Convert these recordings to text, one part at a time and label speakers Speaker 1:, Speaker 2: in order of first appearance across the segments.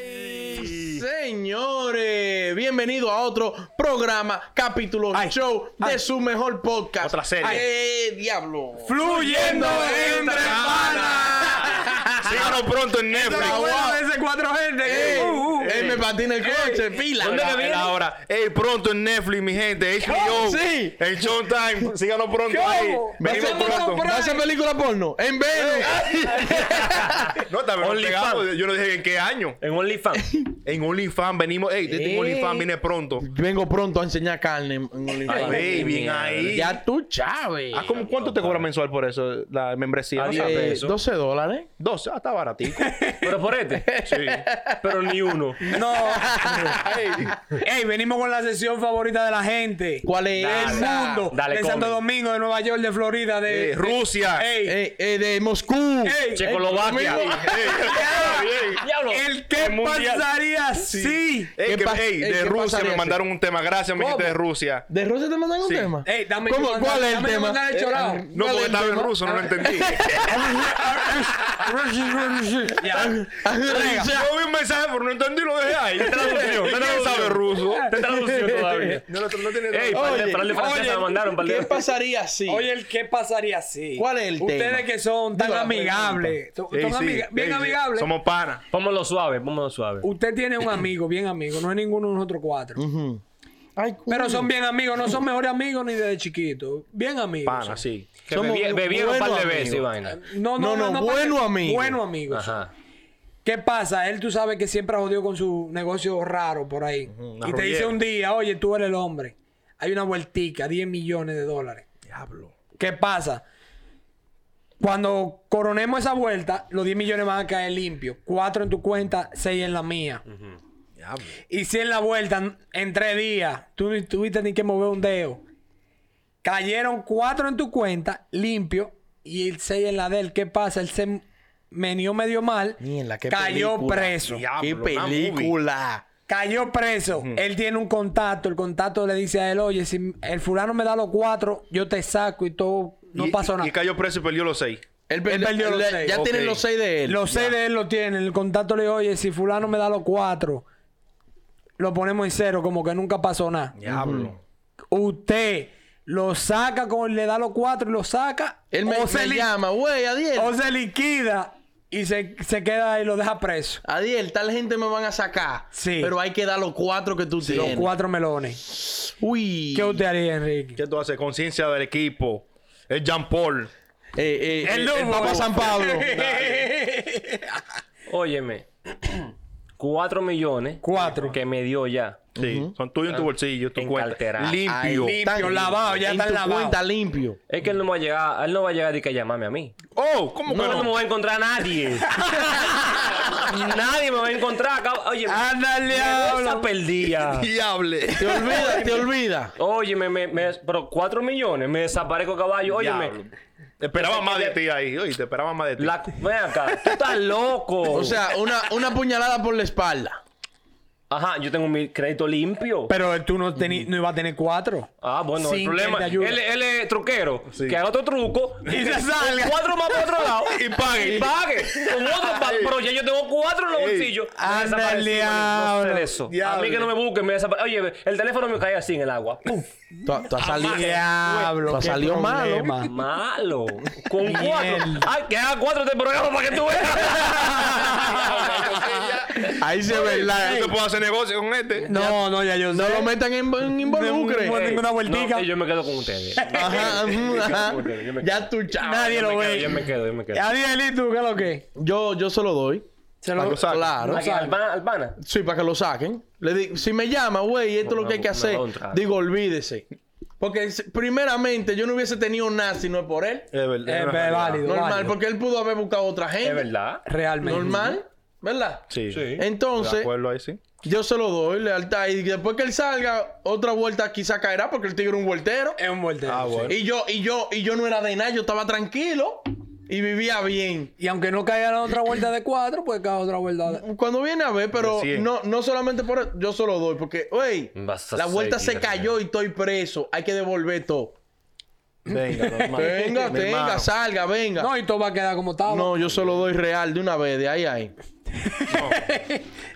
Speaker 1: Ay, señores, bienvenido a otro programa, capítulo,
Speaker 2: Ay,
Speaker 1: show de
Speaker 2: ay.
Speaker 1: su mejor podcast.
Speaker 2: Otra serie.
Speaker 1: Ay, eh, diablo.
Speaker 2: Fluyendo
Speaker 1: entre panas.
Speaker 2: Síganos pronto en Netflix.
Speaker 1: Está bueno
Speaker 2: ese 4G.
Speaker 1: Ey,
Speaker 2: uh, uh.
Speaker 1: ey, ¡Eh, me patina el coche, pila.
Speaker 2: ¿Dónde que viene? Ahora, ey, pronto en Netflix, mi gente. HBO.
Speaker 1: Oh, sí.
Speaker 2: El Showtime. Síganos pronto
Speaker 1: ¿Cómo?
Speaker 2: ahí.
Speaker 1: ¿Va a
Speaker 2: Venimos
Speaker 1: hacer-
Speaker 2: pronto.
Speaker 1: ¿Va a hacer película porno? En Venus.
Speaker 2: No, también nos
Speaker 3: Only
Speaker 2: pegamos. Yo no dije en qué año.
Speaker 3: En OnlyFans.
Speaker 2: En OnlyFans venimos. Ey, este
Speaker 1: Ey.
Speaker 2: OnlyFans viene pronto.
Speaker 1: Vengo pronto a enseñar carne en en OnlyFans.
Speaker 2: Ay,
Speaker 3: Ay,
Speaker 2: bien
Speaker 3: mierda.
Speaker 2: ahí.
Speaker 1: Ya tú, Chávez.
Speaker 2: Ah, ¿cómo- ¿Cuánto te cobra mensual por eso? La membresía. No
Speaker 3: Adiós.
Speaker 2: sabes.
Speaker 1: Eh,
Speaker 3: eso?
Speaker 1: 12 dólares.
Speaker 2: Dos, ah, está baratito.
Speaker 3: Pero por este.
Speaker 2: Sí.
Speaker 3: Pero ni uno.
Speaker 4: No. Ey, venimos con la sesión favorita de la gente.
Speaker 1: ¿Cuál es
Speaker 4: Del
Speaker 1: esa?
Speaker 4: mundo.
Speaker 3: Dale,
Speaker 4: de Santo
Speaker 3: come.
Speaker 4: Domingo, de Nueva York, de Florida, de.
Speaker 2: Eh, Rusia.
Speaker 4: Ey,
Speaker 1: Eh, eh, de Moscú. Eh,
Speaker 4: ey,
Speaker 3: Checoslovaquia.
Speaker 1: conmigo.
Speaker 3: Diablo.
Speaker 4: el que
Speaker 2: El mundial.
Speaker 4: pasaría si.
Speaker 2: Ey,
Speaker 1: ¿Qué
Speaker 2: que-
Speaker 1: pas-
Speaker 2: ey,
Speaker 1: ey,
Speaker 2: de
Speaker 1: ¿qué
Speaker 2: Rusia
Speaker 1: pasaría
Speaker 2: me
Speaker 1: si-
Speaker 2: mandaron un tema. Gracias, mi gente de Rusia.
Speaker 1: ¿De Rusia te mandan un
Speaker 2: Sí.
Speaker 1: tema?
Speaker 4: Ey, dame
Speaker 1: ¿Cómo?
Speaker 4: yo mandar-
Speaker 1: ¿Cuál es el
Speaker 4: dame yo
Speaker 1: tema?
Speaker 4: mandar el chorao.
Speaker 1: Eh, ¿cuál
Speaker 2: No,
Speaker 1: es
Speaker 2: porque
Speaker 1: el
Speaker 2: estaba en
Speaker 1: tema?
Speaker 2: ruso, no lo entendí.
Speaker 1: eh,
Speaker 4: Ya.
Speaker 1: Rusia.
Speaker 2: Yo vi un mensaje, pero no entendí lo dejé ahí.
Speaker 3: traducción,
Speaker 2: ¿Quién
Speaker 3: traducción.
Speaker 2: sabe ruso?
Speaker 3: Te traducción todavía.
Speaker 2: No, no, no tiene
Speaker 3: Ey,
Speaker 2: traducción.
Speaker 3: par de, par de francesas
Speaker 4: oye,
Speaker 3: me mandaron. Par de...
Speaker 1: ¿Qué pasaría si?
Speaker 4: Oye, el que pasaría si.
Speaker 1: ¿Cuál es el tema?
Speaker 4: Ustedes que son tan
Speaker 1: Digo la
Speaker 4: amigables. son-
Speaker 2: Ey,
Speaker 4: son
Speaker 2: sí,
Speaker 4: amiga- bien
Speaker 2: ey, sí.
Speaker 4: amigables.
Speaker 2: Somos panas.
Speaker 3: Póngalo suave, póngalo suave.
Speaker 4: Usted tiene un amigo, bien amigo. No es ninguno de nosotros cuatro.
Speaker 1: Ay, cu-
Speaker 4: Pero son bien amigos, no son mejores amigos ni desde chiquitos. Bien amigos.
Speaker 2: Panas, sí.
Speaker 3: Que
Speaker 1: somos
Speaker 3: bebie- bebieron un par
Speaker 1: buenos
Speaker 3: de veces y
Speaker 1: amigos.
Speaker 3: vaina.
Speaker 4: No, no,
Speaker 1: No, no,
Speaker 4: no,
Speaker 1: bueno
Speaker 4: porque-
Speaker 1: amigo.
Speaker 4: Bueno amigos.
Speaker 3: Ajá.
Speaker 4: ¿Qué pasa? Él tú sabes que siempre ha jodido con su negocio raro por ahí.
Speaker 2: una
Speaker 4: y te dice
Speaker 2: rollera.
Speaker 4: un día, oye, tú eres el hombre. Hay una vueltica, 10 millones de dólares.
Speaker 2: Diablo.
Speaker 4: ¿Qué pasa? Cuando coronemos esa vuelta, los 10 millones van a caer limpios. 4 en tu cuenta, 6 en la mía.
Speaker 2: Diablo.
Speaker 4: Y si en la vuelta, en tres días, tú no tuviste ni que mover un dedo. Cayeron cuatro en tu cuenta, limpio, y el seis en la de él. ¿Qué pasa? Él se menió medio mal.
Speaker 1: Mierda, qué
Speaker 4: cayó
Speaker 1: película.
Speaker 4: preso.
Speaker 2: Diablo,
Speaker 1: ¡Qué
Speaker 2: una
Speaker 1: película!
Speaker 4: Cayó preso. Él tiene un contacto. El contacto le dice a él, oye, si el fulano me da los cuatro, yo te saco y todo. No
Speaker 2: Y-
Speaker 4: pasó nada.
Speaker 2: Y cayó preso y perdió los seis.
Speaker 1: Él, per-
Speaker 4: Él perdió los
Speaker 1: le-
Speaker 4: seis.
Speaker 1: Ya
Speaker 2: Ok.
Speaker 1: tienen los seis de él.
Speaker 4: Los seis de él lo tienen. El contacto le dice, oye, si fulano me da los cuatro, lo ponemos en cero, como que nunca pasó nada.
Speaker 2: Diablo.
Speaker 4: usted lo saca con le da los cuatro y lo saca
Speaker 1: Él me,
Speaker 4: o, se
Speaker 1: me
Speaker 4: li-
Speaker 1: llama, güey, Adiel.
Speaker 4: o se liquida y se, se queda y lo deja preso
Speaker 1: Adiel, tal gente me van a sacar.
Speaker 4: Sí.
Speaker 1: Pero hay que dar los cuatro que tú
Speaker 4: los
Speaker 1: tienes.
Speaker 4: cuatro melones
Speaker 1: Uy.
Speaker 4: ¿qué usted haría Enrique?
Speaker 2: ¿Qué tú haces? Conciencia del equipo. El Jean Paul.
Speaker 1: Eh, eh, eh, el,
Speaker 4: lobo.
Speaker 1: Papa San Pablo.
Speaker 3: Óyeme. Cuatro millones.
Speaker 4: Cuatro.
Speaker 3: Que me dio ya.
Speaker 2: Sí. Son tuyos en tu bolsillo, tu cuenta.
Speaker 3: Encarterado.
Speaker 2: Limpio.
Speaker 1: Ay,
Speaker 4: Limpio, lavado, ya
Speaker 1: en
Speaker 4: está
Speaker 1: tu
Speaker 4: lavado.
Speaker 1: cuenta limpio.
Speaker 3: Es que él no va a llegar, él no va a llegar y que llamarme a mí.
Speaker 2: Oh, ¿cómo que
Speaker 3: No, no me
Speaker 2: no?
Speaker 3: va a encontrar nadie. nadie me va a encontrar. acá- Oye,
Speaker 4: ándale
Speaker 3: esa
Speaker 4: diablo.
Speaker 3: perdida.
Speaker 2: Diable.
Speaker 1: Te olvida, te olvida.
Speaker 3: Oye, me, me, me- pero cuatro millones, me desaparezco caballo. Óyeme,
Speaker 2: Diablo. Esperaba más de ti ahí. Oye, te esperaba más de ti.
Speaker 3: la, ven acá, tú estás loco.
Speaker 1: O sea, una, una puñalada por la espalda.
Speaker 3: Ajá, yo tengo mi crédito limpio.
Speaker 4: pero tú no, teni- no ibas a tener cuatro
Speaker 3: Ah, bueno,
Speaker 4: Sin
Speaker 3: el problema.
Speaker 4: que te ayude.
Speaker 3: Él, él es truquero.
Speaker 2: Sí.
Speaker 3: Que haga otro truco.
Speaker 4: Y se salga.
Speaker 3: Cuatro más para otro lado.
Speaker 2: Y pague.
Speaker 3: Y pague. Con otro pa- Pero ya yo tengo cuatro en los
Speaker 2: Ey.
Speaker 3: bolsillos. Me
Speaker 4: Ándale,
Speaker 3: desaparecí, man, No sé
Speaker 4: diablo.
Speaker 3: de eso. A
Speaker 2: Diablo.
Speaker 3: mí que no me busquen, me desaparece. Oye, el teléfono me cae así en el agua. Pum.
Speaker 1: Tú, tú
Speaker 4: Ah,
Speaker 1: has salido.
Speaker 4: diablo
Speaker 1: Pues
Speaker 4: qué
Speaker 1: salió malo.
Speaker 4: problema.
Speaker 3: Malo. Con cuatro.
Speaker 4: Mierda.
Speaker 3: Ay, que haga cuatro este programa para que tú veas.
Speaker 1: Ahí se ve la.
Speaker 2: Yo te puedo hacer negocio con este.
Speaker 4: no no ya yo
Speaker 1: No
Speaker 4: sé.
Speaker 1: lo metan en, en
Speaker 4: No, no,
Speaker 1: involucre.
Speaker 4: no. Ninguna Pues vueltica.
Speaker 3: No, yo me quedo con ustedes.
Speaker 1: Ajá, ajá.
Speaker 3: Yo me
Speaker 1: Ya tú, chao.
Speaker 4: Nadie
Speaker 3: Yo
Speaker 4: lo
Speaker 3: me quedo,
Speaker 4: ve
Speaker 3: yo me quedo, yo me quedo.
Speaker 4: Ariel ¿y tú qué es lo que? Eh,
Speaker 1: Yo, yo se lo doy.
Speaker 4: se
Speaker 2: Para que lo saque.
Speaker 1: Claro.
Speaker 3: ¿A quién? ¿Albana? ¿Albana?
Speaker 1: Sí, para que lo saquen. Le di- si me llama, güey, esto es lo que hay que
Speaker 3: Me
Speaker 1: hacer.
Speaker 3: da un trago.
Speaker 1: Digo, olvídese. Porque si- primeramente yo no hubiese tenido nada si no es por él.
Speaker 2: Es
Speaker 4: Eh,
Speaker 2: verdad.
Speaker 4: válido, válido
Speaker 1: Normal, porque él pudo haber buscado otra gente.
Speaker 3: ¿Es verdad?
Speaker 4: realmente
Speaker 1: Normal, ¿verdad?
Speaker 2: Sí.
Speaker 3: Sí.
Speaker 2: De
Speaker 1: Entonces,
Speaker 2: acuerdo ahí, sí.
Speaker 1: yo se lo doy, lealtad. Y después que él salga, otra vuelta quizá caerá porque el tigre es un vueltero.
Speaker 4: es un volteo
Speaker 2: Ah,
Speaker 4: sí.
Speaker 2: bueno.
Speaker 1: Y yo, y yo, y yo no era de nada, yo estaba tranquilo y vivía bien.
Speaker 4: Y aunque no caiga la otra vuelta de cuatro, pues cae otra vuelta de...
Speaker 1: Cuando viene a ver, pero
Speaker 2: De cien.
Speaker 1: no, no solamente por eso, yo solo doy, porque, oye,
Speaker 3: Vas a
Speaker 1: la vuelta se
Speaker 3: seguir,
Speaker 1: cayó y estoy preso, hay que devolver todo.
Speaker 2: Venga, normal.
Speaker 1: Venga,
Speaker 2: Mi
Speaker 1: venga,
Speaker 2: hermano.
Speaker 1: salga, venga.
Speaker 4: No, y todo va a quedar como estaba.
Speaker 1: No, yo solo doy real de una vez, de ahí ahí.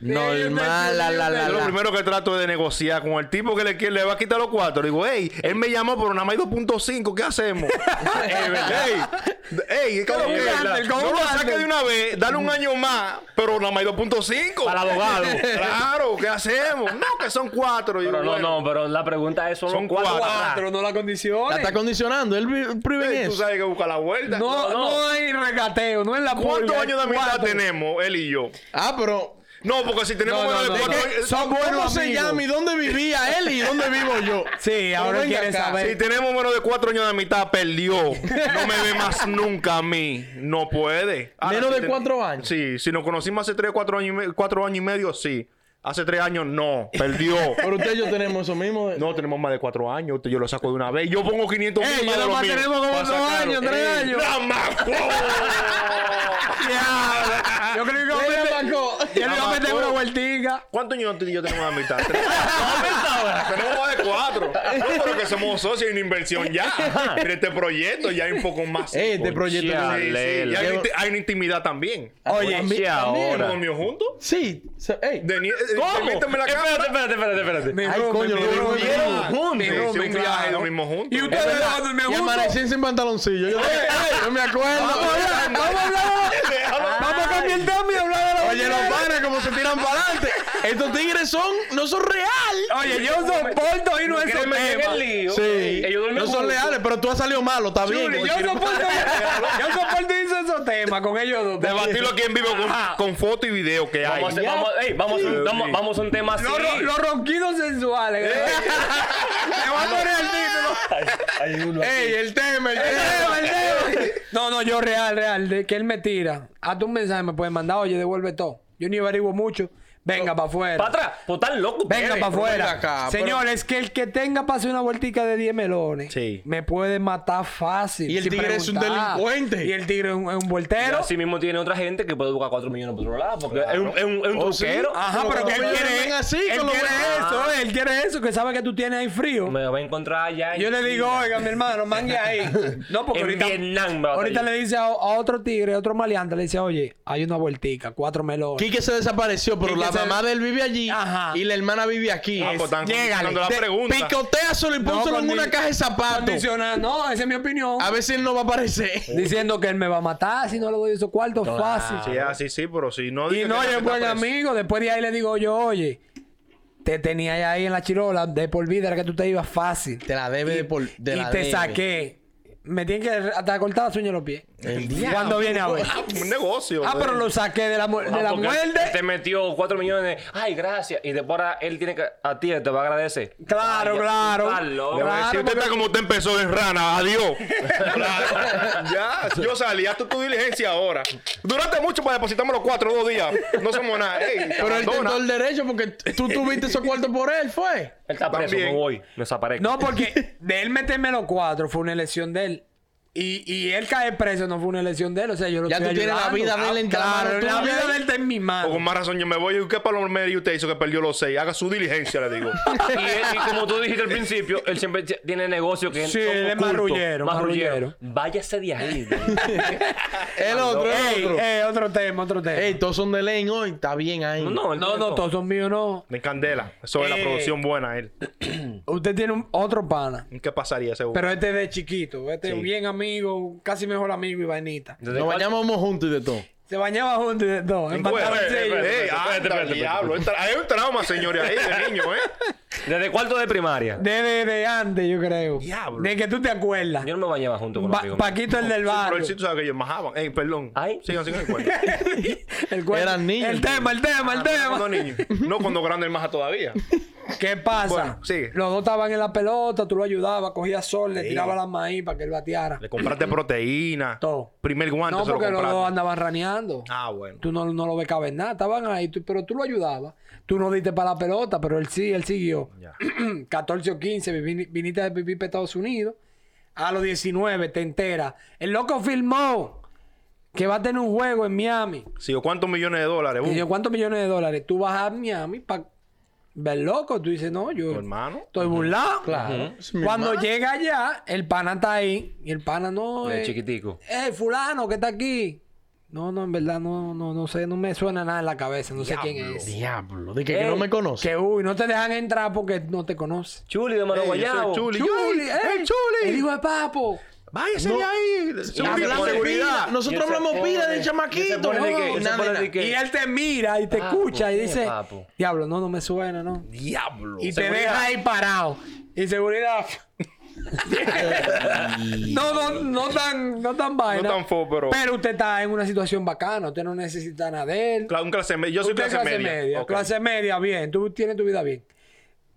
Speaker 5: Normal, la, la, la,
Speaker 2: Yo lo
Speaker 5: la.
Speaker 2: primero que trato es de negociar con el tipo que le, que le va a quitar los cuatro. Digo, hey, él me llamó, pero nada más hay 2.5, ¿qué hacemos? Eh, hey, hey, ¿qué es lo
Speaker 4: un
Speaker 2: que es?
Speaker 4: bundle, con
Speaker 2: No
Speaker 4: un
Speaker 2: lo saque
Speaker 4: bundle.
Speaker 2: de una vez, dale un año más, pero nada más hay 2.5.
Speaker 3: Para el abogado.
Speaker 2: Claro, ¿qué hacemos? No, que son cuatro. Digo,
Speaker 3: Pero no,
Speaker 2: bueno.
Speaker 3: no, pero la pregunta es: son,
Speaker 2: Son
Speaker 3: cuatro.
Speaker 2: cuatro.
Speaker 3: atrás.
Speaker 4: Cuatro, no la
Speaker 1: La
Speaker 4: condiciones.
Speaker 1: está condicionando. Él vi- priven
Speaker 2: Ey, Tú
Speaker 1: eso.
Speaker 2: sabes que busca la vuelta.
Speaker 4: No, no,
Speaker 3: no.
Speaker 4: hay regateo, no es la
Speaker 2: ¿Cuántos
Speaker 4: pulga,
Speaker 2: años de amistad
Speaker 4: cuatro.
Speaker 2: tenemos, él y yo?
Speaker 1: Ah, pero.
Speaker 2: No, porque si tenemos
Speaker 4: No, no,
Speaker 2: menos
Speaker 4: no,
Speaker 2: de cuatro
Speaker 4: no.
Speaker 2: años-
Speaker 4: Son
Speaker 1: ¿Cómo
Speaker 4: buenos
Speaker 1: se
Speaker 4: amigos.
Speaker 1: llama y dónde vivía él y dónde vivo yo?
Speaker 4: Sí,
Speaker 1: Pero
Speaker 4: ahora
Speaker 1: venga
Speaker 4: quieren
Speaker 1: acá.
Speaker 4: saber.
Speaker 2: Si tenemos menos de cuatro años de amistad, perdió. No me ve más nunca a mí. No puede.
Speaker 1: ¿Menos de
Speaker 2: ten-
Speaker 1: cuatro años?
Speaker 2: Sí. Si nos conocimos hace tres, cuatro años, y me- cuatro años y medio, sí. Hace tres años, no. Perdió.
Speaker 1: Pero usted y yo tenemos eso mismo. de-
Speaker 2: No, tenemos más de cuatro años. Yo lo saco de una vez. Yo pongo 500
Speaker 4: Ey,
Speaker 2: mil más
Speaker 4: yo nada
Speaker 2: de lo
Speaker 4: más
Speaker 2: mío
Speaker 4: tenemos como
Speaker 2: pa'
Speaker 4: dos
Speaker 2: sacarlo.
Speaker 4: años, tres
Speaker 2: Ey,
Speaker 4: años.
Speaker 2: ¡Nada más! ¡Oh!
Speaker 4: Yo creo que
Speaker 1: Venga,
Speaker 4: vamos a meter-
Speaker 1: Paco.
Speaker 4: yo le voy a meter
Speaker 2: Paco.
Speaker 4: una vueltica.
Speaker 2: ¿Cuántos años tú y yo tenemos de amistad? ¿Tres? tenemos más de cuatro. No, pero que somos socios en inversión ya. Mira, este proyecto ya hay un poco más.
Speaker 1: Eh, este proyecto.
Speaker 2: Sí, sí.
Speaker 3: Dale.
Speaker 2: Y hay, una
Speaker 1: Llevo-
Speaker 2: inti- hay una intimidad también.
Speaker 1: Oye,
Speaker 3: Oye, sí,
Speaker 2: ¿Hemos
Speaker 3: ahora.
Speaker 2: dormido juntos?
Speaker 1: Sí. se- ey,
Speaker 2: De nie- eh,
Speaker 3: ¿Cómo?
Speaker 2: permíteme la cámara.
Speaker 3: Espérate, espérate, espérate, espérate.
Speaker 4: Mi
Speaker 1: Ay,
Speaker 4: roomie,
Speaker 1: coño,
Speaker 4: mi
Speaker 1: lo
Speaker 4: roomie,
Speaker 1: dormimos
Speaker 4: mi
Speaker 2: juntos.
Speaker 4: roomie,
Speaker 2: Sí, sí, un viaje,
Speaker 4: claro.
Speaker 2: dormimos juntos.
Speaker 4: Y
Speaker 2: Es
Speaker 4: ustedes
Speaker 2: verdad.
Speaker 4: van a dormir
Speaker 1: y
Speaker 4: juntos.
Speaker 1: amanecí sin pantaloncillo. Yo, yo me acuerdo.
Speaker 4: Vamos a hablar- vamos a cambiar el tema y hablar de la
Speaker 1: Oye, los panes como se tiran para adelante. Estos tigres son, no son real.
Speaker 4: Oye, yo soporto y no es
Speaker 3: Créeme que en el lío.
Speaker 1: Sí,
Speaker 3: Ellos
Speaker 1: no
Speaker 3: duermen
Speaker 1: son
Speaker 3: juntos.
Speaker 1: leales, pero tú has salido malo, está bien.
Speaker 4: Yo soporto, yo soporto irse a esos temas con ellos dos.
Speaker 2: Debatirlo aquí en vivo con, con foto y video que hay.
Speaker 3: Vamos a hacer- vamos a- ey, vamos a hacer- vamos- vamos a un tema así.
Speaker 4: Los, ro- los ronquidos sensuales. Me va a poner el título.
Speaker 1: Ey, el tema, el tema.
Speaker 4: No, no, yo real, real, de que él me tira. Hazte un mensaje, me pueden mandar, oye, devuelve todo. Yo ni averiguo mucho. Venga para
Speaker 3: Para
Speaker 4: afuera.
Speaker 3: atrás. Pues tan loco.
Speaker 4: Venga para
Speaker 1: venga
Speaker 4: afuera.
Speaker 1: Oh, acá, pero-
Speaker 4: Señores, que el que tenga pase una vueltica de 10 melones
Speaker 2: Sí.
Speaker 4: me puede matar fácil.
Speaker 1: Y el
Speaker 4: sin
Speaker 1: tigre es un
Speaker 4: preguntar.
Speaker 1: delincuente.
Speaker 4: Y el tigre es un, es un voltero.
Speaker 3: Así mismo tiene otra gente que puede buscar 4 millones por otro lado. Porque es un, es un, es un
Speaker 1: Oh, sí.
Speaker 3: truquero.
Speaker 4: Ajá, pero,
Speaker 1: Pero
Speaker 4: que él
Speaker 1: como
Speaker 4: quiere,
Speaker 1: ven así,
Speaker 4: él
Speaker 1: con los
Speaker 4: quiere
Speaker 1: buenos-
Speaker 4: eso, eh, él quiere eso, que sabe que tú tienes ahí frío.
Speaker 3: Me va a encontrar allá. en
Speaker 4: Yo le digo,
Speaker 3: China.
Speaker 4: oiga, mi hermano, mangue ahí. No, porque
Speaker 3: En
Speaker 4: ahorita,
Speaker 3: Vietnam, brother.
Speaker 4: ahorita le dice a, a otro tigre, a otro maleante, le dice, oye, hay una vueltica, cuatro melones.
Speaker 1: Quique se desapareció, pero
Speaker 4: Quique
Speaker 1: la
Speaker 4: se-
Speaker 1: mamá de él vive allí
Speaker 4: Ajá.
Speaker 1: y la hermana vive aquí.
Speaker 2: Ah, pues están contestando la
Speaker 1: Te-
Speaker 2: pregunta.
Speaker 1: Picoteaselo y
Speaker 4: No,
Speaker 1: pónselo en
Speaker 4: condi-
Speaker 1: una caja de zapatos.
Speaker 4: Condiciona- no, esa es mi opinión.
Speaker 1: A ver si él no va a aparecer.
Speaker 4: Diciendo que él me va a matar si no le doy esos cuartos
Speaker 2: Sí,
Speaker 4: fácil.
Speaker 2: ah, sí, sí, pero si no
Speaker 4: Y
Speaker 2: diga
Speaker 4: no,
Speaker 2: que
Speaker 4: yo es
Speaker 2: está
Speaker 4: buen
Speaker 2: preso.
Speaker 4: amigo. Después de ahí le digo yo, oye, te tenía ahí en la chirola, de por vida era que tú te ibas fácil.
Speaker 1: Te la debe de por. de
Speaker 4: y
Speaker 1: la
Speaker 4: te
Speaker 1: debe.
Speaker 4: saqué. Me tienen que hasta cortar las uñas de los pies.
Speaker 1: El
Speaker 4: Cuando viene a ver.
Speaker 2: Ah, un negocio. pues.
Speaker 4: Ah, pero lo saqué de la, mu- de
Speaker 3: Ah,
Speaker 4: la
Speaker 3: porque él
Speaker 1: este
Speaker 3: Te
Speaker 4: muerte.
Speaker 3: metió 4 millones. Ay, gracias. Y después ahora él tiene que. A ti te va a agradecer.
Speaker 4: Claro,
Speaker 3: Ay,
Speaker 4: claro.
Speaker 3: tú estás loco.
Speaker 2: Le voy a decir,
Speaker 4: Claro,
Speaker 2: usted está como usted empezó en rana, adiós. ya, yo salí, haz tu, tu diligencia ahora. Duraste mucho para depositarme los cuatro dos días. No somos nada. Ey, te
Speaker 1: Pero él
Speaker 2: abandona.
Speaker 1: tentó el derecho porque tú tuviste esos cuartos por él, fue.
Speaker 3: Él está preso.
Speaker 2: También.
Speaker 3: Me voy. Me desaparezco.
Speaker 4: No, porque de él meterme los cuatro fue una elección de él. Y, y él caer preso no fue una elección de él. O sea, yo lo
Speaker 1: Ya
Speaker 4: estoy
Speaker 1: tú tienes la
Speaker 4: ayudando. Ah,
Speaker 1: vida de él en la
Speaker 4: Claro,
Speaker 1: mano
Speaker 4: la
Speaker 1: tuya
Speaker 4: vida
Speaker 1: ahí.
Speaker 4: de él está en mi
Speaker 2: O
Speaker 4: mano.
Speaker 2: con más razón, yo me voy. ¿Y qué palomería usted hizo que perdió los seis? Haga su diligencia, le digo.
Speaker 3: y, él- y como tú dijiste al principio, él siempre t- tiene negocio que
Speaker 4: Sí,
Speaker 3: son
Speaker 4: él es
Speaker 3: ocultos,
Speaker 4: marrullero,
Speaker 3: marrullero.
Speaker 4: marrullero.
Speaker 3: Váyase de ahí. güey.
Speaker 1: El otro, el
Speaker 4: Ey,
Speaker 1: otro.
Speaker 4: ey, otro tema, otro tema.
Speaker 1: Ey, todos son de ley hoy, está bien ahí.
Speaker 3: No, él
Speaker 4: no,
Speaker 3: tiene
Speaker 4: no,
Speaker 3: todo.
Speaker 4: todos son míos, no.
Speaker 2: Me candela. Eso es la
Speaker 4: Eh.
Speaker 2: producción buena, él. Mm.
Speaker 4: Usted tiene un- otro pana.
Speaker 2: ¿Qué pasaría, seguro?
Speaker 4: Pero este es de chiquito. Este es bien amigo, casi mejor amigo y vainita.
Speaker 3: Desde
Speaker 1: Nos
Speaker 3: cuál-
Speaker 1: bañamos juntos y de todo.
Speaker 4: Se bañaba juntos y de todo. En
Speaker 2: Bueno, eh,
Speaker 4: pantaloncillo.
Speaker 2: eh, eh, anda, diablo. Entra- Hay un trauma, señores, ahí de niño, ¿eh?
Speaker 3: Desde cuarto de primaria.
Speaker 4: Desde de antes, yo creo.
Speaker 2: Diablo.
Speaker 4: De que tú te acuerdas.
Speaker 3: Yo no me bañaba junto con
Speaker 4: Pa-
Speaker 3: amigos. míos.
Speaker 4: Paquito, el del
Speaker 2: Pero
Speaker 4: barrio.
Speaker 2: el sitio sabe que ellos majaban. Ey, perdón.
Speaker 3: Ay.
Speaker 2: Sigan, sigan el cuento.
Speaker 4: El cuento.
Speaker 1: Eran niños.
Speaker 4: El tema, el tema, el tema.
Speaker 2: Cuando niño. Ah, No, cuando grande el maja todavía.
Speaker 4: ¿Qué pasa?
Speaker 2: Bueno, sigue.
Speaker 4: Los dos estaban en la pelota, tú lo ayudabas, cogías sol, le tirabas las maíz para que él bateara.
Speaker 2: Le compraste proteína.
Speaker 4: Todo.
Speaker 2: Primer guante
Speaker 4: No,
Speaker 2: se lo
Speaker 4: porque los
Speaker 2: compraste.
Speaker 4: dos andaban raneando.
Speaker 2: Ah, bueno.
Speaker 4: Tú no, no lo becabas en nada. Estaban ahí, tú- pero tú lo ayudabas. Tú no diste para la pelota, pero él sí, él siguió.
Speaker 2: Ya.
Speaker 4: 14 o 15, vini- viniste de vivir para Estados Unidos. A los 19 te enteras. El loco filmó que va a tener un juego en Miami.
Speaker 2: Sí, ¿o ¿cuántos millones de dólares?
Speaker 4: Y
Speaker 2: Uh,
Speaker 4: yo, ¿cuántos millones de dólares? Tú vas a Miami para ver loco. Tú dices, no, yo
Speaker 2: Tu hermano.
Speaker 4: estoy burlado.
Speaker 1: Claro. Es mi
Speaker 4: Cuando
Speaker 1: hermano.
Speaker 4: llega allá, el pana está ahí. Y el pana no.
Speaker 3: Desde
Speaker 4: eh,
Speaker 3: chiquitico.
Speaker 4: ¡Eh, fulano, que está aquí! No, no, en verdad, no, no, no sé, no me suena nada en la cabeza, no sé quién es.
Speaker 1: Diablo, de que, que no
Speaker 3: Ey,
Speaker 1: me conoce.
Speaker 4: Que uy, no te dejan entrar porque no te conoce.
Speaker 3: Chuli de Mano
Speaker 2: Ey, yo soy
Speaker 3: Guayabo.
Speaker 2: Chuli.
Speaker 4: ¡Chuli!
Speaker 2: ¡Ey,
Speaker 4: ¡Eh!
Speaker 2: ey, Chuli!
Speaker 4: ¡El hijo de papo!
Speaker 2: Váyase de ahí.
Speaker 1: Y
Speaker 2: Seguridad,
Speaker 1: hablamos
Speaker 2: seguridad.
Speaker 1: pila, Nosotros
Speaker 3: Y él se
Speaker 1: hablamos pila
Speaker 3: pone-
Speaker 1: de
Speaker 3: y él se
Speaker 1: chamaquito.
Speaker 3: pone de que-
Speaker 1: no,
Speaker 3: y se
Speaker 1: nada,
Speaker 3: pone de
Speaker 1: nada.
Speaker 3: que-
Speaker 4: Y él te mira y te
Speaker 3: Papo,
Speaker 4: escucha y
Speaker 3: ¿qué,
Speaker 4: dice,
Speaker 3: papo?
Speaker 4: diablo, no, no me suena, no.
Speaker 2: Diablo.
Speaker 4: Y te
Speaker 3: Seguridad.
Speaker 4: deja ahí parado. Y seguridad. no, no, no tan, no tan vaina.
Speaker 2: tan fo, pero-
Speaker 4: Pero usted está en una situación bacana, usted no necesita nada de él.
Speaker 2: Cla- Un clase media. Yo soy
Speaker 4: Usted
Speaker 2: clase,
Speaker 4: es
Speaker 2: media. Ok.
Speaker 4: Clase media, bien. Tú tienes tu vida bien.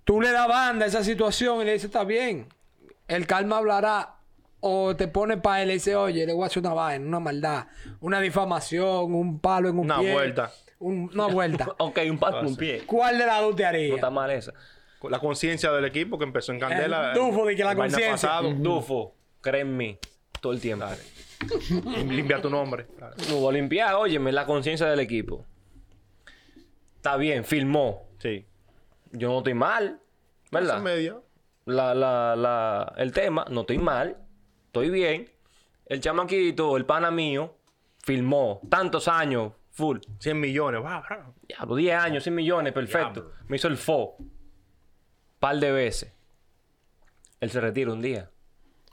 Speaker 4: Tú le das banda a esa situación y le dices, está bien. El calma hablará. O te pone para él y le dice, oye, le voy a hacer una vaina, una maldad, una difamación, un palo en un
Speaker 2: Una
Speaker 4: pie,
Speaker 2: vuelta.
Speaker 4: un- una vuelta.
Speaker 3: Ok, un pato con un pie.
Speaker 4: ¿Cuál de las dos te
Speaker 3: No está
Speaker 4: haría?
Speaker 3: mal esa.
Speaker 2: La conciencia del equipo que empezó en Candela.
Speaker 4: El tufo de que la
Speaker 2: vaina
Speaker 4: conciencia.
Speaker 2: pasado.
Speaker 3: Dufo, créeme, todo el tiempo.
Speaker 2: Limpia tu nombre.
Speaker 3: Lo voy a limpiar, óyeme, la conciencia del equipo. Está bien, filmó.
Speaker 2: Sí.
Speaker 3: Yo no estoy mal,
Speaker 2: Clase
Speaker 3: ¿verdad?
Speaker 2: media.
Speaker 3: La, la, la, el tema, no estoy mal, estoy bien. El chamaquito, el pana mío, filmó tantos años, full.
Speaker 2: 100 millones. Va, va.
Speaker 3: Diablo, 10 años, 100 millones, perfecto.
Speaker 2: Diablo.
Speaker 3: Me hizo el fo. Par de veces. Él se retira un día.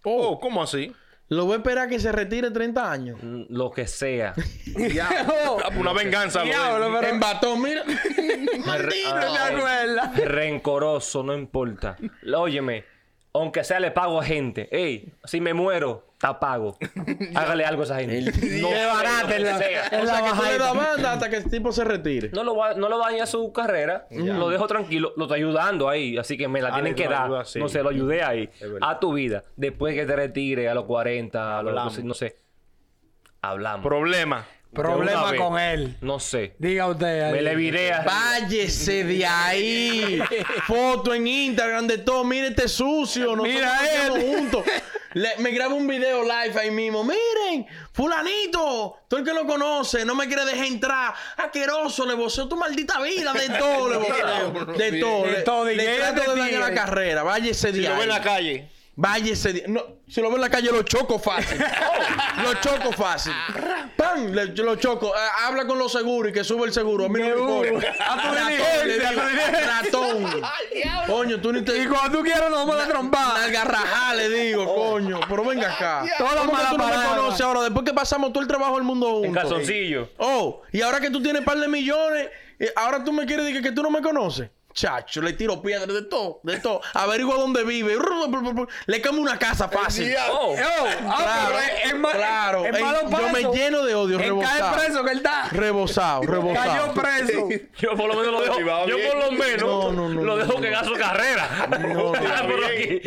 Speaker 1: Oh,
Speaker 2: Oh, ¿cómo así?
Speaker 1: lo voy a esperar a que se retire 30 años.
Speaker 3: Mm, Lo que sea.
Speaker 2: Ah, pues Una venganza. lo
Speaker 4: Diablo, pero
Speaker 1: En batón, mira.
Speaker 4: no
Speaker 1: Maldito.
Speaker 4: me acuerda.
Speaker 3: Rencoroso, no importa. Óyeme, aunque sea le pago a gente. Ey, si me muero, te pago. Hágale algo a esa gente. No sé,
Speaker 4: barata
Speaker 3: lo
Speaker 4: en
Speaker 3: que
Speaker 4: la-
Speaker 3: sea.
Speaker 1: O
Speaker 4: en
Speaker 1: sea,
Speaker 4: la
Speaker 1: que tú le das
Speaker 4: bajada.
Speaker 1: banda hasta que el tipo se retire.
Speaker 3: No lo, va- no lo daña su carrera, lo dejo tranquilo, lo está ayudando ahí, así que me la
Speaker 2: Ah,
Speaker 3: tienen
Speaker 2: le
Speaker 3: que
Speaker 2: dio
Speaker 3: dar.
Speaker 2: ayuda, sí.
Speaker 3: No sé, lo ayudé ahí,
Speaker 2: verdad.
Speaker 3: a tu vida. Después que te retire a los 40, a los, no
Speaker 2: Hablamos.
Speaker 3: sé, no sé. hablamos.
Speaker 2: Problema.
Speaker 4: Problema
Speaker 2: vez.
Speaker 4: con él.
Speaker 3: no sé.
Speaker 4: Diga usted. ahí.
Speaker 3: Me le viré a...
Speaker 1: Váyese de ahí. Foto en Instagram de todo. Mire este sucio. Nosotros
Speaker 4: Mira
Speaker 1: nos
Speaker 4: él.
Speaker 1: vemos juntos. Le- me grabo un video live ahí mismo. Miren, fulanito. Todo el que lo conoce no me quiere dejar entrar. Aqueroso, le voceo tu maldita vida. De todo, le voceo. De todo.
Speaker 4: De
Speaker 1: Le,
Speaker 4: todo,
Speaker 1: le
Speaker 4: diguete,
Speaker 1: trato de dañar la
Speaker 4: tigre.
Speaker 1: carrera. Váyese de
Speaker 2: Si lo ve en la
Speaker 1: ahí.
Speaker 2: calle.
Speaker 1: Váyese de no, Si lo veo en la calle, lo choco fácil. lo choco fácil. ¡Pam! Le- yo lo choco. Ah, habla con los seguros y que sube el seguro. A mí no me importa.
Speaker 4: A tu
Speaker 1: Ratón, le
Speaker 4: diligencia, a tu
Speaker 1: digo,
Speaker 4: diligencia.
Speaker 1: ratón. Coño, tú ni
Speaker 4: Y
Speaker 1: te.
Speaker 4: cuando tú quieras nos vamos a trombar.
Speaker 1: Algarrajá, le digo,
Speaker 4: Oh.
Speaker 1: coño. Pero venga acá.
Speaker 4: Todas las
Speaker 1: ¿Cómo que
Speaker 4: malas
Speaker 1: tú no me
Speaker 4: palabras.
Speaker 1: conoces ahora? Después que pasamos todo el trabajo del mundo
Speaker 3: En
Speaker 1: juntos.
Speaker 3: calzoncillo.
Speaker 1: Oh, y ahora que tú tienes par de millones, eh, ahora tú me quieres decir que tú no me conoces. Chacho, le tiro piedras de todo, de todo. Averigua dónde vive. Le cambio una casa fácil.
Speaker 3: Oh,
Speaker 4: Oh, ah,
Speaker 1: Claro,
Speaker 4: pero es- es ma-
Speaker 1: claro.
Speaker 4: es
Speaker 1: Ey,
Speaker 4: malo
Speaker 1: yo
Speaker 4: para
Speaker 1: me
Speaker 4: eso.
Speaker 1: lleno de odio,
Speaker 4: Él
Speaker 1: rebotado.
Speaker 4: cae preso que él da.
Speaker 1: Rebosado,
Speaker 4: Cayó
Speaker 1: rebosado.
Speaker 4: preso.
Speaker 3: yo por lo menos lo dejo.
Speaker 2: Y va
Speaker 3: Yo
Speaker 2: bien.
Speaker 3: por lo menos
Speaker 1: No, no, no,
Speaker 3: lo dejo
Speaker 1: no,
Speaker 3: que haga su carrera.
Speaker 1: No, no,
Speaker 3: Ah, por aquí.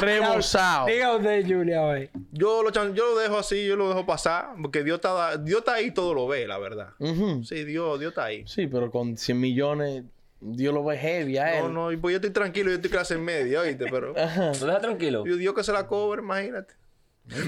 Speaker 1: Rebosado.
Speaker 4: Diga usted, Julia, hoy.
Speaker 2: Yo lo, chan- yo lo dejo así, yo lo dejo pasar, porque Dios está, da- Dios está ahí y todo lo ve, la verdad.
Speaker 1: Ujú.
Speaker 2: Sí, Dios, Dios está ahí.
Speaker 1: Sí, pero con 100 millones, Dios lo ve heavy a
Speaker 2: No,
Speaker 1: él.
Speaker 2: no, y pues yo estoy tranquilo, yo estoy clase en media, oíste, pero...
Speaker 3: Lo deja tranquilo.
Speaker 2: Dios, Dios que se la cobre, imagínate. ¡Mentira,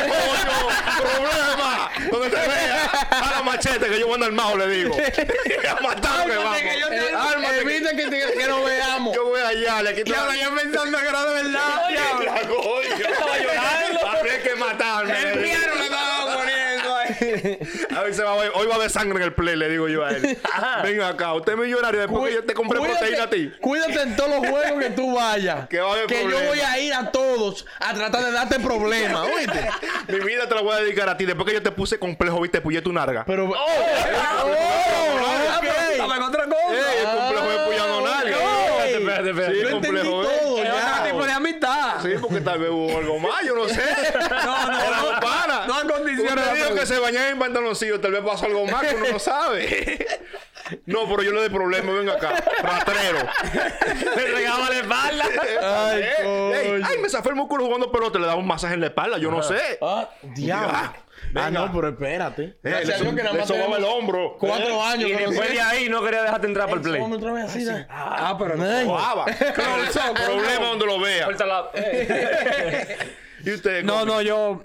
Speaker 2: coño! ¡Problema! Donde te vea, a la machete que yo mando armado, le digo. a matar que vamos.
Speaker 4: que yo te-
Speaker 2: Eh,
Speaker 1: Eh,
Speaker 2: ármate que-
Speaker 1: evita que, te- que no veamos.
Speaker 2: yo voy allá, le quito la...
Speaker 4: yo pensando que era de verdad.
Speaker 2: Oye, la coño. Estaba llorando. Habría que matarme. le digo.
Speaker 4: estaba poniendo
Speaker 2: A ver, se va, a- hoy va a haber sangre en el play, le digo yo a él. Venga acá, usted es millonario, después que yo te compré
Speaker 1: Cuídate-
Speaker 2: proteína a ti.
Speaker 1: Cuídate en todos los juegos que tú vayas.
Speaker 2: Que va a haber
Speaker 1: yo
Speaker 2: problema.
Speaker 1: voy a ir a todos a tratar de darte problemas, ¿oíste?
Speaker 2: Mi vida te la voy a dedicar a ti, después que yo te puse complejo, viste, puyé tu narga.
Speaker 1: Pero. ¡Oh!
Speaker 2: oh,
Speaker 1: ah, ok.
Speaker 4: otra
Speaker 2: ¡Ey,
Speaker 4: cosa.
Speaker 2: el complejo de puyando narga!
Speaker 1: ok.
Speaker 2: Espérate, espérate, espérate.
Speaker 1: Yo
Speaker 2: Sí,
Speaker 1: entendí
Speaker 2: complejo, ¿eh?
Speaker 1: todo
Speaker 4: Es otro tipo de
Speaker 1: ya.
Speaker 4: amistad.
Speaker 2: Sí, porque tal vez hubo algo más, yo no sé.
Speaker 4: No, no,
Speaker 2: Era
Speaker 4: no.
Speaker 2: un pana.
Speaker 4: No en condiciones
Speaker 2: Usted
Speaker 4: de
Speaker 2: dijo
Speaker 4: hacerlo.
Speaker 2: que se bañaba en pantaloncillo, tal vez pasó algo más que uno no sabe. No, pero yo le doy problema, venga acá. Rastrero.
Speaker 3: Le regaba la espalda.
Speaker 1: Ay,
Speaker 2: Eh, ey,
Speaker 1: coño.
Speaker 2: ay, me zafé el músculo jugando pelota, le daba un masaje en la espalda, yo no sé.
Speaker 1: Ah, diablo.
Speaker 2: Venga.
Speaker 1: Ah, no, pero espérate.
Speaker 2: Eh,
Speaker 1: Gracias a Dios que nada
Speaker 2: le
Speaker 1: más
Speaker 2: sobaba
Speaker 1: tenemos
Speaker 2: el hombro. eh,
Speaker 1: Cuatro años.
Speaker 3: Y
Speaker 1: que no
Speaker 3: después
Speaker 1: sé.
Speaker 3: de ahí no quería dejarte entrar para el play.
Speaker 1: Sobame otra vez así, da.
Speaker 4: Ah, pero no.
Speaker 1: Ay.
Speaker 2: Sobaba. problema donde lo vea.
Speaker 3: Suelta la- eh.
Speaker 2: Y usted.
Speaker 4: No,
Speaker 2: coño.
Speaker 4: no, yo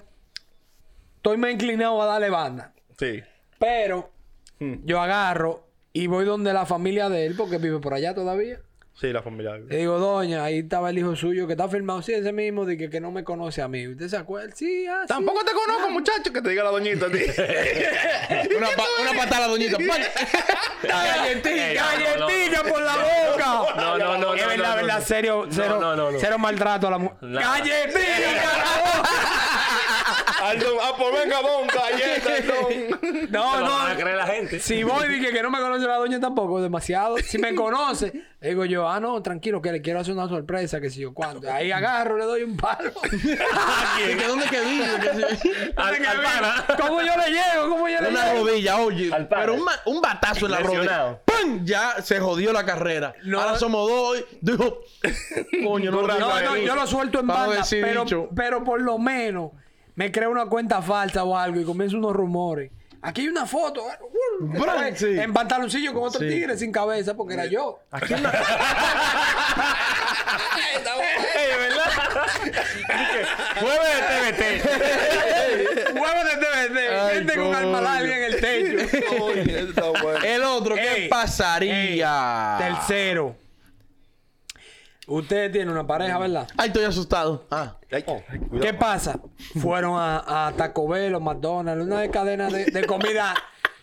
Speaker 4: estoy más inclinado a darle banda.
Speaker 2: Sí.
Speaker 3: Hmm.
Speaker 4: Pero yo agarro y voy donde la familia de él, porque vive por allá todavía.
Speaker 2: Sí, la familia.
Speaker 4: Le digo, doña, ahí estaba el hijo suyo que está firmado. Sí, ese mismo, de que, que no me conoce a mí. ¿Usted se acuerda? Sí, ah, sí.
Speaker 2: Tampoco te conozco, muchacho, que te diga la doñita. a ti.
Speaker 1: Una, pa- una patada, doñita.
Speaker 3: Ey,
Speaker 1: Galletita.
Speaker 4: ¡Galletita por la boca!
Speaker 3: No, no, no.
Speaker 4: Es
Speaker 3: no,
Speaker 4: verdad,
Speaker 3: no,
Speaker 4: verdad,
Speaker 3: no.
Speaker 4: serio, cero,
Speaker 3: no, no, no.
Speaker 4: cero maltrato a la mujer.
Speaker 3: Nada.
Speaker 2: Aldo, ah, pues venga, don, galleta, don.
Speaker 4: No,
Speaker 3: No, no. van a
Speaker 4: no.
Speaker 3: creer la gente.
Speaker 4: Si voy dije que no me conoce la doña tampoco, demasiado. Si me conoce, le digo yo, ah, no, tranquilo, que le quiero hacer una sorpresa, que si yo cuando. Ahí agarro, le doy un palo.
Speaker 1: ¿Y que dónde que vive?
Speaker 3: Al, al pana.
Speaker 4: ¿Cómo yo le llego? ¿Cómo yo le
Speaker 1: Una
Speaker 4: llego?
Speaker 1: rodilla, oye.
Speaker 3: Al padre.
Speaker 1: Pero un, ma- un batazo en la
Speaker 3: Lesionado.
Speaker 1: rodilla. ¡Pam! Ya se jodió la carrera.
Speaker 4: No.
Speaker 1: Ahora somos dos. y- Dijo, coño, no,
Speaker 4: No,
Speaker 2: eh.
Speaker 4: no, yo lo suelto en
Speaker 1: Vamos a
Speaker 4: banda,
Speaker 1: decir
Speaker 4: pero,
Speaker 1: dicho.
Speaker 4: pero por lo menos me creo una cuenta falsa o algo y comienzo unos rumores. Aquí hay una foto. uh,
Speaker 1: Bro,
Speaker 4: ¿sabes?
Speaker 1: sí.
Speaker 4: En pantaloncillo con otro tigre sin cabeza porque era yo.
Speaker 3: Muévete, vete.
Speaker 4: Huevo de TVT.
Speaker 1: Ay,
Speaker 4: Gente con
Speaker 1: coño.
Speaker 4: alma en el techo.
Speaker 2: Oye, está
Speaker 3: Pues,
Speaker 2: bueno.
Speaker 1: El otro, ¿qué
Speaker 4: Ey, ey,
Speaker 1: pasaría?
Speaker 4: tercero. Ustedes tienen una pareja, ¿verdad?
Speaker 1: Ay, estoy asustado. Ah.
Speaker 2: Ay, ay, cuidado.
Speaker 4: ¿Qué pasa? Fueron a, a Taco Bell o McDonald's, una de cadena de, de comida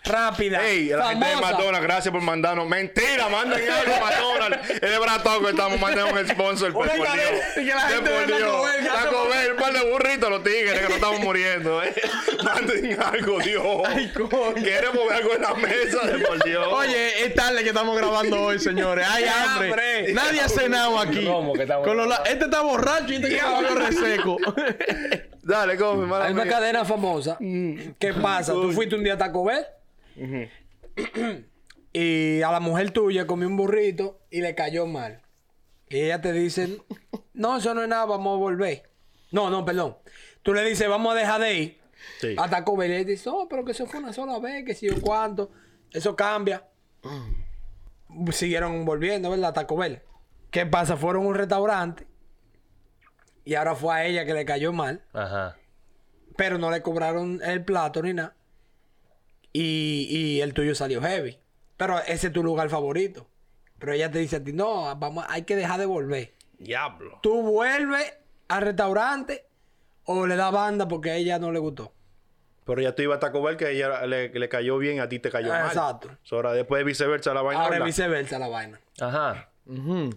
Speaker 4: rápida.
Speaker 2: Ey, a la gente de
Speaker 4: famosa.
Speaker 2: McDonald's, gracias por mandarnos. Mentira, manden algo a McDonald's. Es de brato que estamos mandando un sponsor. Pues, por
Speaker 4: Oiga,
Speaker 2: Dios.
Speaker 4: y que la
Speaker 2: Sí,
Speaker 4: gente
Speaker 2: por
Speaker 4: de Taco
Speaker 2: Dios.
Speaker 4: Bell, ya
Speaker 2: Taco
Speaker 4: somos-
Speaker 2: Bell, un par de burritos los tigres que no estamos muriendo. Eh. Manden algo, Dios.
Speaker 1: Ay, coño.
Speaker 2: Queremos ver algo en la mesa, de por Dios.
Speaker 3: Oh.
Speaker 1: Oye, es tarde que estamos grabando hoy, señores. Hay hambre.
Speaker 4: hambre.
Speaker 1: Nadie ha cenado aquí.
Speaker 3: ¿Cómo que estamos
Speaker 1: Con los la- Este está borracho y este que está medio reseco.
Speaker 2: dale, come, mala
Speaker 4: Hay una
Speaker 2: mía.
Speaker 4: cadena famosa. ¿Qué pasa? Tú fuiste un día a Taco Bell y a la mujer tuya comió un burrito y le cayó mal. Y ella te dice, no, eso no es nada, vamos a volver. No, no, perdón. Tú le dices, vamos a dejar de ir
Speaker 2: Sí.
Speaker 4: a Taco Bell. Y ella dice, oh, pero que eso fue una sola vez, que si yo cuánto. Eso cambia. Siguieron volviendo, ¿verdad? A Taco Bell. ¿Qué pasa? Fueron a un restaurante y ahora fue a ella que le cayó mal
Speaker 3: Ajá.
Speaker 4: pero no le cobraron el plato ni nada. Y, y el tuyo salió heavy. Pero ese es tu lugar favorito. Pero ella te dice a ti, no, vamos, hay que dejar de volver.
Speaker 2: Diablo.
Speaker 4: ¿Tú vuelves al restaurante o le das banda porque a ella no le gustó?
Speaker 2: Pero ya tú ibas a Taco Bell que ella le, le cayó bien, a ti te cayó mal.
Speaker 4: Ah, Exacto.
Speaker 2: So, ahora después viceversa la vaina.
Speaker 4: Ahora es
Speaker 2: habla.
Speaker 4: viceversa la vaina.
Speaker 3: Ajá.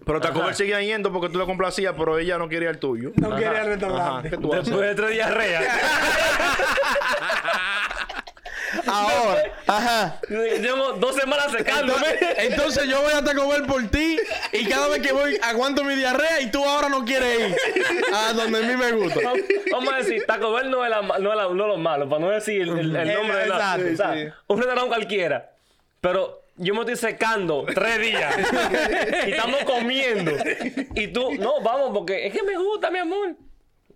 Speaker 2: Pero Taco Bell seguía yendo porque tú lo complacías, pero ella no quería el tuyo.
Speaker 4: No quiere ir al
Speaker 2: Ajá,
Speaker 4: restaurante.
Speaker 2: ¿qué tú haces?
Speaker 3: Después de tres diarreas.
Speaker 1: Ahora. Ajá.
Speaker 3: Llevo dos semanas secándome.
Speaker 1: Entonces yo voy a Taco Bell por ti y cada vez que voy aguanto mi diarrea y tú ahora no quieres ir a donde a mí me gusta.
Speaker 3: Vamos a decir, Taco Bell no es, la, ma- no es la- no lo malo, para no decir el, el- el
Speaker 4: Eh,
Speaker 3: nombre de la...
Speaker 4: exacto,
Speaker 3: o sea,
Speaker 2: sí.
Speaker 3: Un restaurante cualquiera. Pero yo me estoy secando tres días. y estamos comiendo. Y tú, no, vamos, porque es que me gusta, mi amor.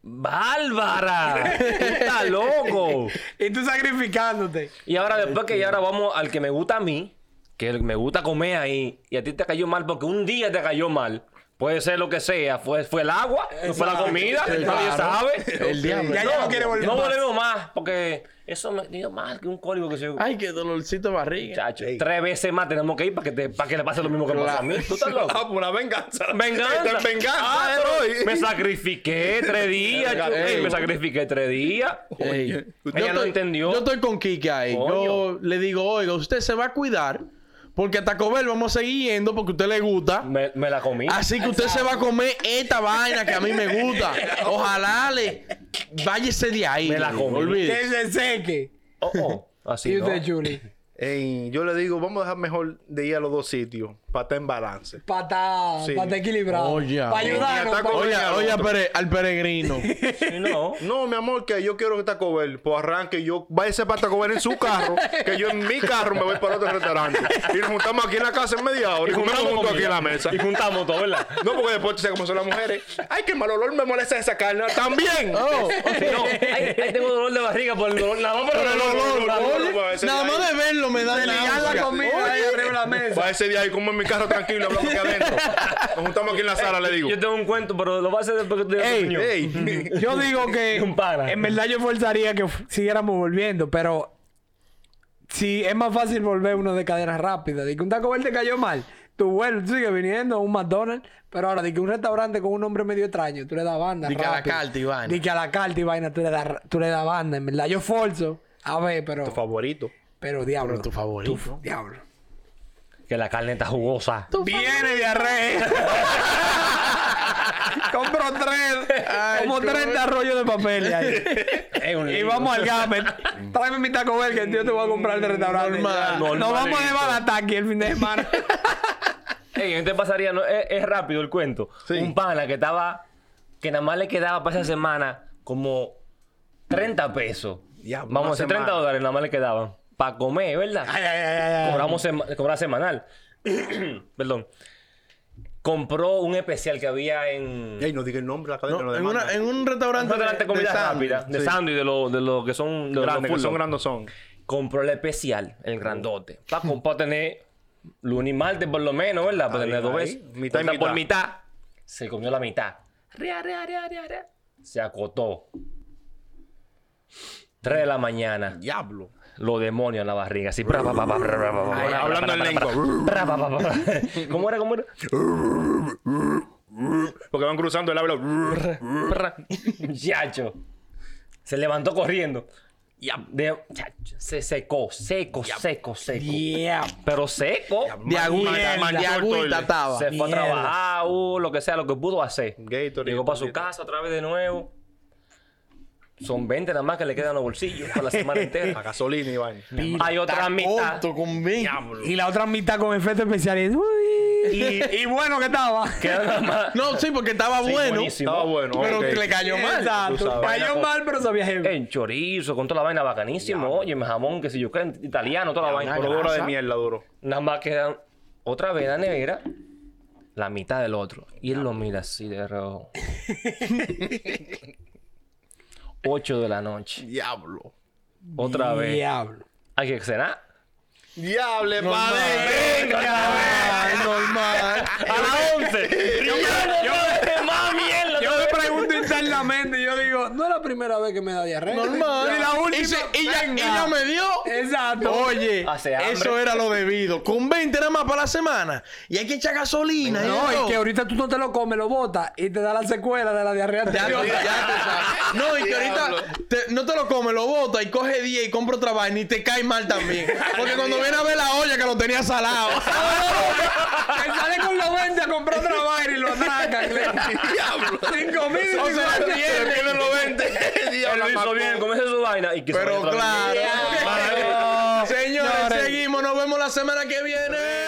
Speaker 3: ¡Bárbara! ¡Tú estás loco!
Speaker 4: Y tú sacrificándote.
Speaker 3: Y ahora después que ya ahora vamos al que me gusta a mí, que el- me gusta comer ahí, y a ti te cayó mal porque un día te cayó mal. Puede ser lo que sea, fue, fue el agua, no fue la
Speaker 4: Exacto.
Speaker 3: comida,
Speaker 4: Sí,
Speaker 3: nadie
Speaker 1: claro.
Speaker 3: sabe.
Speaker 1: El diablo.
Speaker 4: Ya ella no quiere volver
Speaker 3: No
Speaker 4: más.
Speaker 3: volvemos más, porque eso me dio mal, que un código que se...
Speaker 1: Ay, qué dolorcito de barriga.
Speaker 3: Chacho, tres veces más tenemos que ir para que, te- para que le pase lo mismo que me pasó a mí. ¿Tú estás
Speaker 2: Ah,
Speaker 3: loco?
Speaker 2: por una venganza.
Speaker 3: Venganza.
Speaker 2: Esta es venganza,
Speaker 3: Ah,
Speaker 2: eh,
Speaker 3: pero
Speaker 2: hoy.
Speaker 3: Me sacrifiqué tres días.
Speaker 2: Venga,
Speaker 3: chulo. Ey,
Speaker 1: ey.
Speaker 3: me sacrifiqué tres días.
Speaker 1: Ey.
Speaker 3: Ella no entendió.
Speaker 1: Yo estoy con Kike ahí. Yo
Speaker 3: Coño.
Speaker 1: le digo, oiga, usted se va a cuidar porque a Taco Bell vamos a seguir yendo porque a usted le gusta.
Speaker 3: Me, me la comí.
Speaker 1: Así que usted se va a comer esta vaina que a mí me gusta. Ojalá le váyese de ahí.
Speaker 3: Me la
Speaker 1: le-
Speaker 3: comí.
Speaker 4: Que
Speaker 1: Olvídese.
Speaker 4: se seque.
Speaker 3: Oh, oh. Así
Speaker 4: y
Speaker 3: no.
Speaker 4: usted, Chuli.
Speaker 2: Ey, yo le digo, vamos a dejar mejor de ir a los dos sitios para estar en balance.
Speaker 4: Para estar
Speaker 2: Sí.
Speaker 4: pa' estar equilibrado.
Speaker 1: Oye.
Speaker 4: Para ayudarnos.
Speaker 2: Ni ataco-
Speaker 4: pa-
Speaker 1: Oye,
Speaker 2: Oiga,
Speaker 1: oye,
Speaker 2: otro.
Speaker 1: pere- al peregrino.
Speaker 3: Sí, no.
Speaker 2: No, mi amor, que yo quiero que Taco Bell, pues arranque yo, váyase para Taco Bell en su carro, que yo en mi carro me voy para otro restaurante. Y nos juntamos aquí en la casa en media hora y, comemos juntos aquí en la mesa.
Speaker 3: Y juntamos todo, ¿verdad?
Speaker 2: No, porque después tú sabes cómo son las mujeres. Ay, qué mal olor me molesta esa carne. También.
Speaker 1: Oh.
Speaker 3: No, ahí, ahí tengo dolor de barriga por el dolor. Nada más por el dolor.
Speaker 2: olor,
Speaker 1: oh, Oye,
Speaker 2: olor, ese
Speaker 1: Nada
Speaker 2: de ahí.
Speaker 1: más de verlo me da
Speaker 4: Ya la
Speaker 1: náusea.
Speaker 4: comida ahí arriba de la mesa.
Speaker 2: Va ese día ahí como en mi carro tranquilo, hablamos aquí adentro. Nos juntamos aquí en la sala, le digo.
Speaker 3: Yo tengo un cuento, pero lo voy a hacer después que te diga tu opinión.
Speaker 2: Ey.
Speaker 4: Yo digo que
Speaker 3: Un pana.
Speaker 4: en verdad yo forzaría que f- siguiéramos volviendo, pero si es más fácil volver uno de cadena rápida, de que un Taco Bell te cayó mal, Tú vuelves, tú sigues viniendo a un McDonald's. Pero ahora, di que un restaurante con un nombre medio extraño, tú le das banda.
Speaker 1: Di que a la
Speaker 4: rápido.
Speaker 1: carta y vaina.
Speaker 4: Di que a la carta y vaina tú le das, tú le das banda, en verdad. Yo forzo. A ver, pero.
Speaker 2: Tu favorito.
Speaker 4: Pero diablo.
Speaker 1: Pero tu favorito.
Speaker 4: tu- diablo.
Speaker 3: Que la carne está jugosa.
Speaker 4: Viene diarrea. Compro tres. como 30 rollos de papel. de ahí.
Speaker 3: Es un
Speaker 4: Y
Speaker 3: lío.
Speaker 4: vamos al Gamer. Tráeme mi Taco Bell que yo te voy a comprar de restaurante.
Speaker 1: Normal,
Speaker 4: No Nos vamos de
Speaker 3: normalito.
Speaker 4: barata aquí el fin de semana.
Speaker 3: Ey, entonces pasaría, no, es, es rápido el cuento.
Speaker 2: Sí.
Speaker 3: Un pana que estaba, que nada más le quedaba para esa semana como 30 pesos.
Speaker 2: Ya,
Speaker 3: Vamos a
Speaker 2: una
Speaker 3: decir 30
Speaker 2: semana.
Speaker 3: dólares nada más le quedaban. Para comer, ¿verdad?
Speaker 4: ay, ay, ay, ay, ay.
Speaker 3: Cobramos sema- cobraba semanal. Perdón. Compró un especial que había en
Speaker 2: Ey, no diga el nombre de la cadena.
Speaker 1: No,
Speaker 2: lo
Speaker 1: en, una-
Speaker 2: demanda.
Speaker 1: en un restaurante,
Speaker 3: un restaurante de comida
Speaker 1: sándwich.
Speaker 3: rápida, de
Speaker 2: sí.
Speaker 3: sándwich, de los de lo que son de los
Speaker 2: Grandes, que
Speaker 3: full
Speaker 2: son
Speaker 3: dog.
Speaker 2: grandes son.
Speaker 3: Compró el especial, el grandote.
Speaker 2: Oh.
Speaker 3: Para tener lunes y martes por lo menos, ¿verdad? Para
Speaker 2: Ahí,
Speaker 3: tener dos
Speaker 2: ahí.
Speaker 3: veces.
Speaker 2: Mitad y
Speaker 3: Corta por
Speaker 2: mitad.
Speaker 3: mitad. Se comió la mitad. Ria, ria, ria, ria, ria. Se acotó. Tres de la mañana.
Speaker 2: Diablo.
Speaker 3: Los demonios en la barriga. Así. pra, pa, pa, pa, pra, pra, pra, pra,
Speaker 2: Ay,
Speaker 3: pra,
Speaker 2: hablando
Speaker 3: pra,
Speaker 2: en
Speaker 3: pra,
Speaker 2: lengua.
Speaker 3: pra, pra, pra, pra, pra. ¿Cómo era? ¿Cómo era?
Speaker 2: Porque van cruzando el habla.
Speaker 3: Prra. Chacho. Se levantó corriendo. Ya, de- chacho, se secó, seco, seco, seco.
Speaker 4: Yeah.
Speaker 3: Pero seco.
Speaker 1: De agüita,
Speaker 2: Mierda.
Speaker 1: de agüita estaba.
Speaker 3: Se fue a
Speaker 4: Mierda.
Speaker 3: trabajar, uh, lo que sea, lo que pudo hacer.
Speaker 2: Gatorade,
Speaker 3: Llegó para su
Speaker 2: poquito.
Speaker 3: casa otra vez de nuevo. Son 20 nada más que le quedan los bolsillos para la semana
Speaker 2: A
Speaker 3: entera.
Speaker 2: gasolina y vaina.
Speaker 3: Hay otra mitad.
Speaker 1: Corto con vin-
Speaker 4: Y la otra mitad con efectos especiales. Uy. Y, y bueno que estaba.
Speaker 3: Queda nada más.
Speaker 1: No, sí, porque estaba
Speaker 3: Sí,
Speaker 1: bueno.
Speaker 3: buenísimo.
Speaker 2: Estaba bueno.
Speaker 1: Pero
Speaker 2: ok.
Speaker 1: le cayó mal.
Speaker 2: tú
Speaker 4: Exacto.
Speaker 2: sabes.
Speaker 4: Cayó
Speaker 3: Vaina
Speaker 4: mal, pero sabía heavy.
Speaker 3: En chorizo, con toda la vaina bacanísimo. Oye, me jamón, que si yo qué, italiano, toda la vaina.
Speaker 2: Por hora de
Speaker 3: Grasa.
Speaker 2: mierda duro.
Speaker 3: Nada más quedan otra vez en la nevera, la mitad del otro. Y él lo mira así de reojo. 8 de la noche.
Speaker 2: Diablo.
Speaker 3: Otra vez.
Speaker 4: Diablo.
Speaker 3: Hay que cenar.
Speaker 2: Diable,
Speaker 1: Normal.
Speaker 2: padre.
Speaker 1: Normal, normal.
Speaker 3: A las 11. yo, yo, más mierda.
Speaker 4: Yo me pregunto internamente, yo digo, no es la primera vez que me da diarrea.
Speaker 1: Normal.
Speaker 4: Y la última.
Speaker 1: Y, se- y ya,
Speaker 4: venga.
Speaker 1: y ya me dio.
Speaker 4: Exacto.
Speaker 1: Oye,
Speaker 3: Hace hambre.
Speaker 1: eso era lo debido. Con 20 era más para la semana. Y hay que echar gasolina. ¿eh?
Speaker 4: No,
Speaker 1: y
Speaker 4: es
Speaker 1: todo.
Speaker 4: que ahorita tú no te lo comes, lo botas y te da la secuela de la diarrea
Speaker 1: Ya,
Speaker 4: anterior.
Speaker 1: tú- ya tú sabes. No, y que ahorita te- no te lo come, lo bota y coge 10 y compra otra vaina y te cae mal también. Porque cuando viene a ver la olla que lo tenía salado.
Speaker 4: Que sale con los 20 a comprar otra vaina y lo atracan.
Speaker 2: Diablo.
Speaker 4: Cinco mil
Speaker 2: O sea, se le pierden los 20.
Speaker 3: Él
Speaker 2: Diablo.
Speaker 3: lo hizo
Speaker 2: Paco.
Speaker 3: bien, comienza su vaina y que se
Speaker 1: Pero
Speaker 3: vaya otra vez.
Speaker 1: claro.
Speaker 3: Para-
Speaker 1: Señores,
Speaker 4: Señores.
Speaker 1: seguimos. Nos vemos la semana que viene.